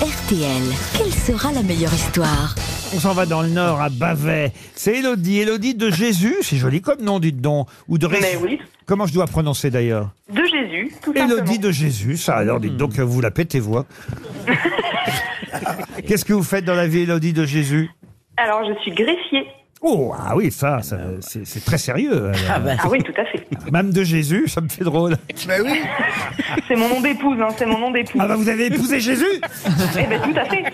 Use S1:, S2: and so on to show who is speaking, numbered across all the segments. S1: RTL, quelle sera la meilleure histoire
S2: On s'en va dans le nord, à Bavet. C'est Elodie, Elodie de Jésus, c'est joli comme nom, dites donc. Ou de Ré-
S3: Mais oui.
S2: Comment je dois prononcer d'ailleurs
S3: De Jésus, tout
S2: Elodie
S3: simplement.
S2: de Jésus, ça alors dites donc que vous la pétez vous. hein. Qu'est-ce que vous faites dans la vie, Elodie de Jésus
S3: Alors, je suis greffier.
S2: Oh, ah oui, ça, ça, c'est c'est très sérieux. alors.
S3: Ah oui, tout à fait.
S2: Mme de Jésus, ça me fait drôle.
S3: C'est mon nom d'épouse, hein, c'est mon nom d'épouse.
S2: Ah bah vous avez épousé Jésus
S3: Eh ben, tout à fait.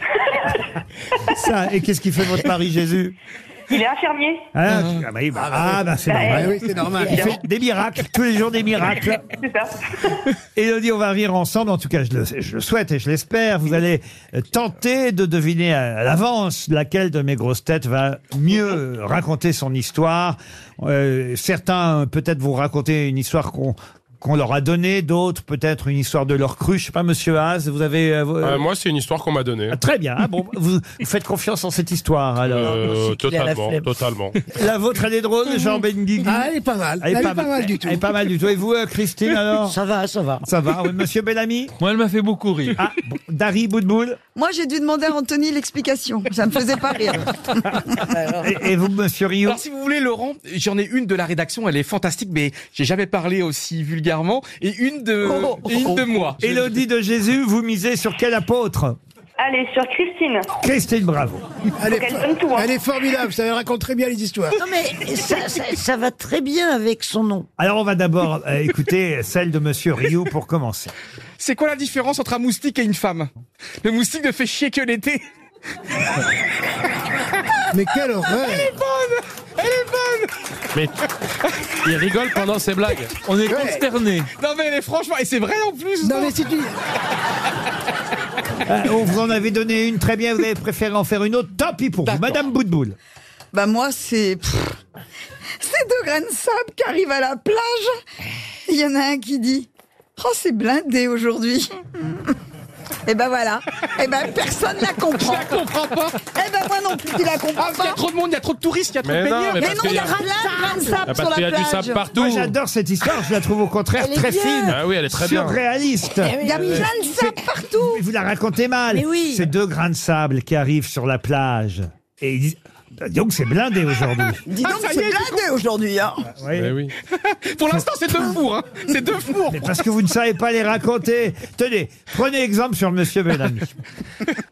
S2: Ça, et qu'est-ce qui fait votre mari Jésus
S3: Il est infirmier.
S2: Hein Ah bah, oui, bah, ah, bah, c'est
S3: Bah,
S2: normal.
S3: eh oui,
S4: c'est normal.
S2: Il fait des miracles, tous les jours des miracles.
S3: C'est ça.
S2: Elodie, on va rire ensemble. En tout cas, je le, je le souhaite et je l'espère. Vous allez euh, tenter de deviner à, à l'avance laquelle de mes grosses têtes va mieux raconter son histoire. Euh, certains, euh, peut-être, vont raconter une histoire qu'on qu'on leur a donnée. D'autres, peut-être, une histoire de leur cru. Je sais pas, Monsieur Haas, vous avez... euh,
S5: Euh,
S2: euh,
S5: moi, c'est une histoire qu'on m'a donnée.
S2: ah, Très bien. Ah bon, vous vous faites confiance en cette histoire, alors.
S5: Euh, totalement,
S4: flemme.
S5: totalement. Ah,
S2: La vôtre, elle est drôle, Jean Benguigui
S4: Ah, elle est pas mal. Elle est pas, mal du tout.
S2: Elle est pas mal du tout. Et vous, euh, Christine, alors
S4: Ça va, ça va.
S2: Ça va, oui, Monsieur Bellamy
S6: Moi, elle m'a fait beaucoup rire.
S2: Ah, bon, Dari Boudboul
S7: Moi, j'ai dû demander à Anthony l'explication. Ça me faisait pas rire.
S2: Et, et vous, monsieur Rio
S6: Alors, si vous voulez, Laurent, j'en ai une de la rédaction, elle est fantastique, mais j'ai jamais parlé aussi vulgairement, et une de,
S4: Oh.
S6: et une de moi. Et le-
S2: Élodie de Jésus, vous misez sur quel apôtre
S3: Allez, sur Christine.
S2: Christine Bravo.
S4: Elle
S3: Donc,
S4: est,
S3: elle donne tout, hein.
S4: elle est formidable. Ça elle raconte très bien les histoires.
S8: Non mais ça, ça- ça va très bien avec son nom.
S2: Alors, on va d'abord euh, écouter celle de monsieur Rio pour commencer.
S6: C'est quoi la différence entre un moustique et une femme Le moustique ne fait chier que l'été.
S4: Mais quelle horreur
S9: Mais il rigole pendant ses blagues. On est consternés.
S6: Non mais elle est franchement, et c'est vrai en plus
S4: Non mais si tu
S2: Euh, on vous en avait donné une très bien, vous avez préféré en faire une autre. Tant pis pour vous, madame Boudboul.
S7: Bah, moi, c'est. pff, C'est deux grains de sable qui arrivent à la plage. Il y en a un qui dit Oh, c'est blindé aujourd'hui. Et ben voilà. Et ben personne la comprend.
S6: Je comprends pas
S7: Et ben moi non plus, tu la
S6: Ah,
S7: comprends
S6: parce qu'il y a
S7: pas.
S6: trop de monde, il y a trop de touristes, il y a trop
S9: Mais
S6: de
S9: non,
S6: baigneurs
S9: mais-
S7: Mais
S9: parce
S7: non,
S9: qu'il
S7: il y
S9: y
S7: a
S9: a-
S7: plein de grains de sable sur
S9: Parce qu'il y
S7: la
S9: a du sable
S7: plage.
S9: partout.
S2: Moi, j'adore cette histoire, je la trouve au contraire très fine,
S9: Ah oui, elle est très bien.
S2: surréaliste.
S7: Il y a plein de sable partout.
S2: Mais vous la racontez mal.
S8: Mais oui.
S2: C'est deux grains de sable qui arrivent sur la plage. Et ils disent, Bah, dis donc c'est blindé aujourd'hui.
S7: Dis donc,
S6: Ah, ça y
S7: c'est
S6: est, du
S7: blindé aujourd'hui. Hein.
S2: Oui.
S5: Eh
S9: Mais oui.
S6: Pour l'instant, c'est deux fours, hein. C'est deux fours
S2: Mais parce que vous ne savez pas les raconter. Tenez, prenez exemple sur Monsieur Bellamy.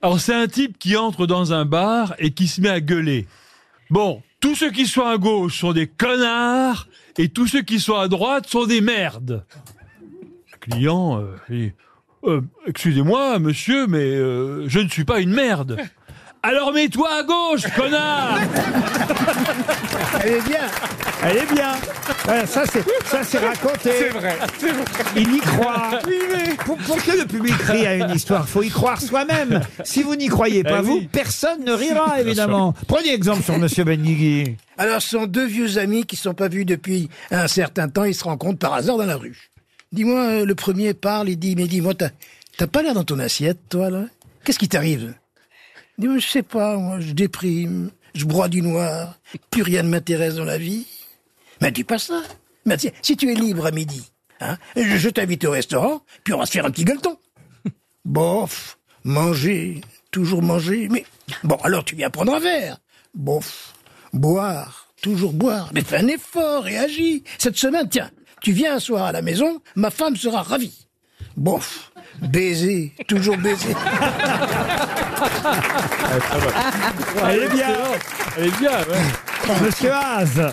S9: Alors c'est un type qui entre dans un bar et qui se met à gueuler. Bon, tous ceux qui sont à gauche sont des connards et tous ceux qui sont à droite sont des merdes. Le client, euh, il dit, Euh, excusez-moi monsieur, mais euh, je ne suis pas une merde. Alors mets-toi à gauche, connard
S4: Elle est bien.
S2: Elle est bien. Voilà, ça c'est ça c'est raconté.
S6: C'est vrai
S2: Il y croit. Pour, pour que le public rie à une histoire, faut y croire soi-même. Si vous n'y croyez pas,
S9: Eh
S2: vous,
S9: oui.
S2: personne ne rira, évidemment. Prenez exemple sur Monsieur Benguigui.
S4: Alors, ce sont deux vieux amis qui ne sont pas vus depuis un certain temps. Ils se rencontrent par hasard dans la rue. Dis-moi, euh, le premier parle, il dit, mais dis-moi, t'as, t'as pas l'air dans ton assiette, toi, là Qu'est-ce qui t'arrive Dis-moi, je sais pas, moi, je déprime, je broie du noir, plus rien ne m'intéresse dans la vie. Mais dis pas ça. Mais tiens, si tu es libre à midi, hein, je, je t'invite au restaurant, puis on va se faire un petit gueuleton. Bof, manger, toujours manger, mais bon, alors tu viens prendre un verre. Bof, boire, toujours boire, mais fais un effort et agis. Cette semaine, tiens, tu viens un soir à la maison, ma femme sera ravie. Bof, baiser, toujours baiser.
S2: Elle est bien.
S9: Elle est bien, ouais.
S2: Monsieur Haas.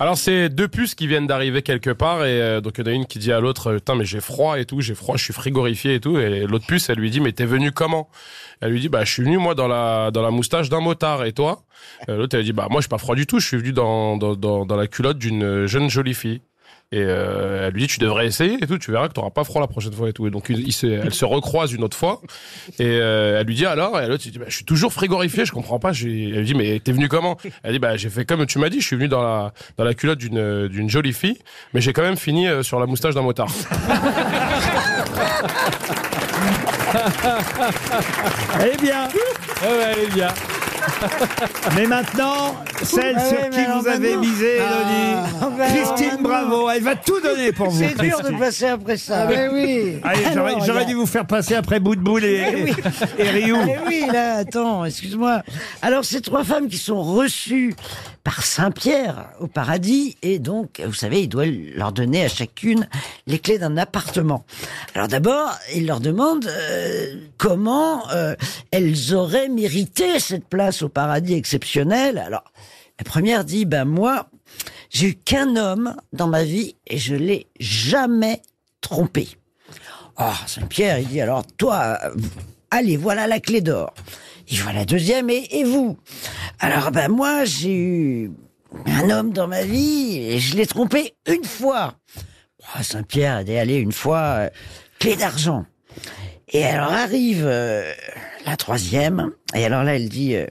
S5: Alors, c'est deux puces qui viennent d'arriver quelque part, et euh, donc il y en a une qui dit à l'autre, euh, putain, mais j'ai froid et tout, j'ai froid, je suis frigorifié et tout, et l'autre puce, elle lui dit, mais t'es venu comment Elle lui dit, bah, je suis venu, moi, dans la, dans la moustache d'un motard, et toi Euh, L'autre, elle dit, bah, moi, je suis pas froid du tout, je suis venu dans, dans, dans, dans la culotte d'une euh, jeune jolie fille. Et euh, elle lui dit, tu devrais essayer et tout, tu verras que t'auras pas froid la prochaine fois et tout. Et donc, il, il se, elle se recroise une autre fois, et euh, elle lui dit alors, et l'autre il dit bah, je suis toujours frigorifié, je comprends pas. J'ai- Elle lui dit mais t'es venu comment Elle dit bah j'ai fait comme tu m'as dit, je suis venu dans la dans la culotte d'une euh, d'une jolie fille, mais j'ai quand même fini euh, sur la moustache d'un motard.
S2: Elle est bien.
S9: Ouais, ouais, elle est bien.
S2: Mais maintenant, celle
S4: Ah
S2: sur
S4: ouais, mais
S2: qui
S4: alors
S2: vous avez
S4: maintenant-
S2: misé,
S10: Ah.
S2: Elodie,
S4: Ah bah alors
S2: Christine
S4: maintenant-
S2: Bravo, elle va tout donner pour vous.
S4: C'est dur de
S2: Christine.
S4: passer après ça.
S10: Mais oui.
S2: Allez,
S4: Ah
S2: j'aurais-
S4: non,
S2: J'aurais
S4: y a-
S2: dû vous faire passer après bout de boule et,
S4: Eh oui.
S2: et Rioux.
S4: Mais oui, là, attends, excuse-moi. Alors, ces trois femmes qui sont reçues par Saint-Pierre au paradis, et donc, vous savez, il doit leur donner à chacune les clés d'un appartement. Alors d'abord, il leur demande euh, comment euh, elles auraient mérité cette place au paradis exceptionnelle. Alors, la première dit, ben moi, j'ai eu qu'un homme dans ma vie et je l'ai jamais trompé. Ah, Saint-Pierre, il dit alors, toi, euh, allez, voilà la clé d'or. Il voit la deuxième, et, et vous Alors, ben, moi, j'ai eu un homme dans ma vie, et je l'ai trompé une fois. Ah, Saint-Pierre, il dit, allez, une fois, euh, clé d'argent. Et alors arrive euh, la troisième, et alors là, elle dit, euh,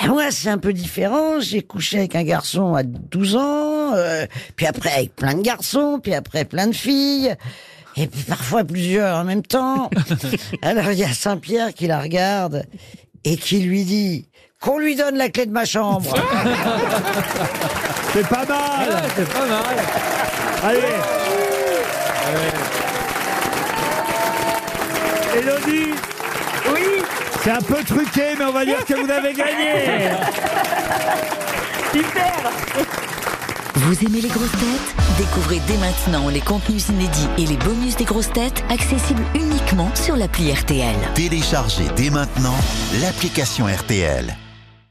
S4: Ben, moi, c'est un peu différent, j'ai couché avec un garçon à 12 ans, euh, puis après avec plein de garçons, puis après plein de filles. Et puis parfois plusieurs en même temps. Alors il y a Saint-Pierre qui la regarde et qui lui dit qu'on lui donne la clé de ma chambre.
S2: C'est pas
S9: Ah,
S2: mal.
S11: C'est pas mal.
S2: Allez. Elodie,
S3: Oui,
S2: c'est un peu truqué, mais on va dire que vous avez gagné.
S3: super.
S1: Vous aimez les grosses têtes Découvrez dès maintenant les contenus inédits et les bonus des grosses têtes accessibles uniquement sur l'appli RTL.
S12: Téléchargez dès maintenant l'application RTL.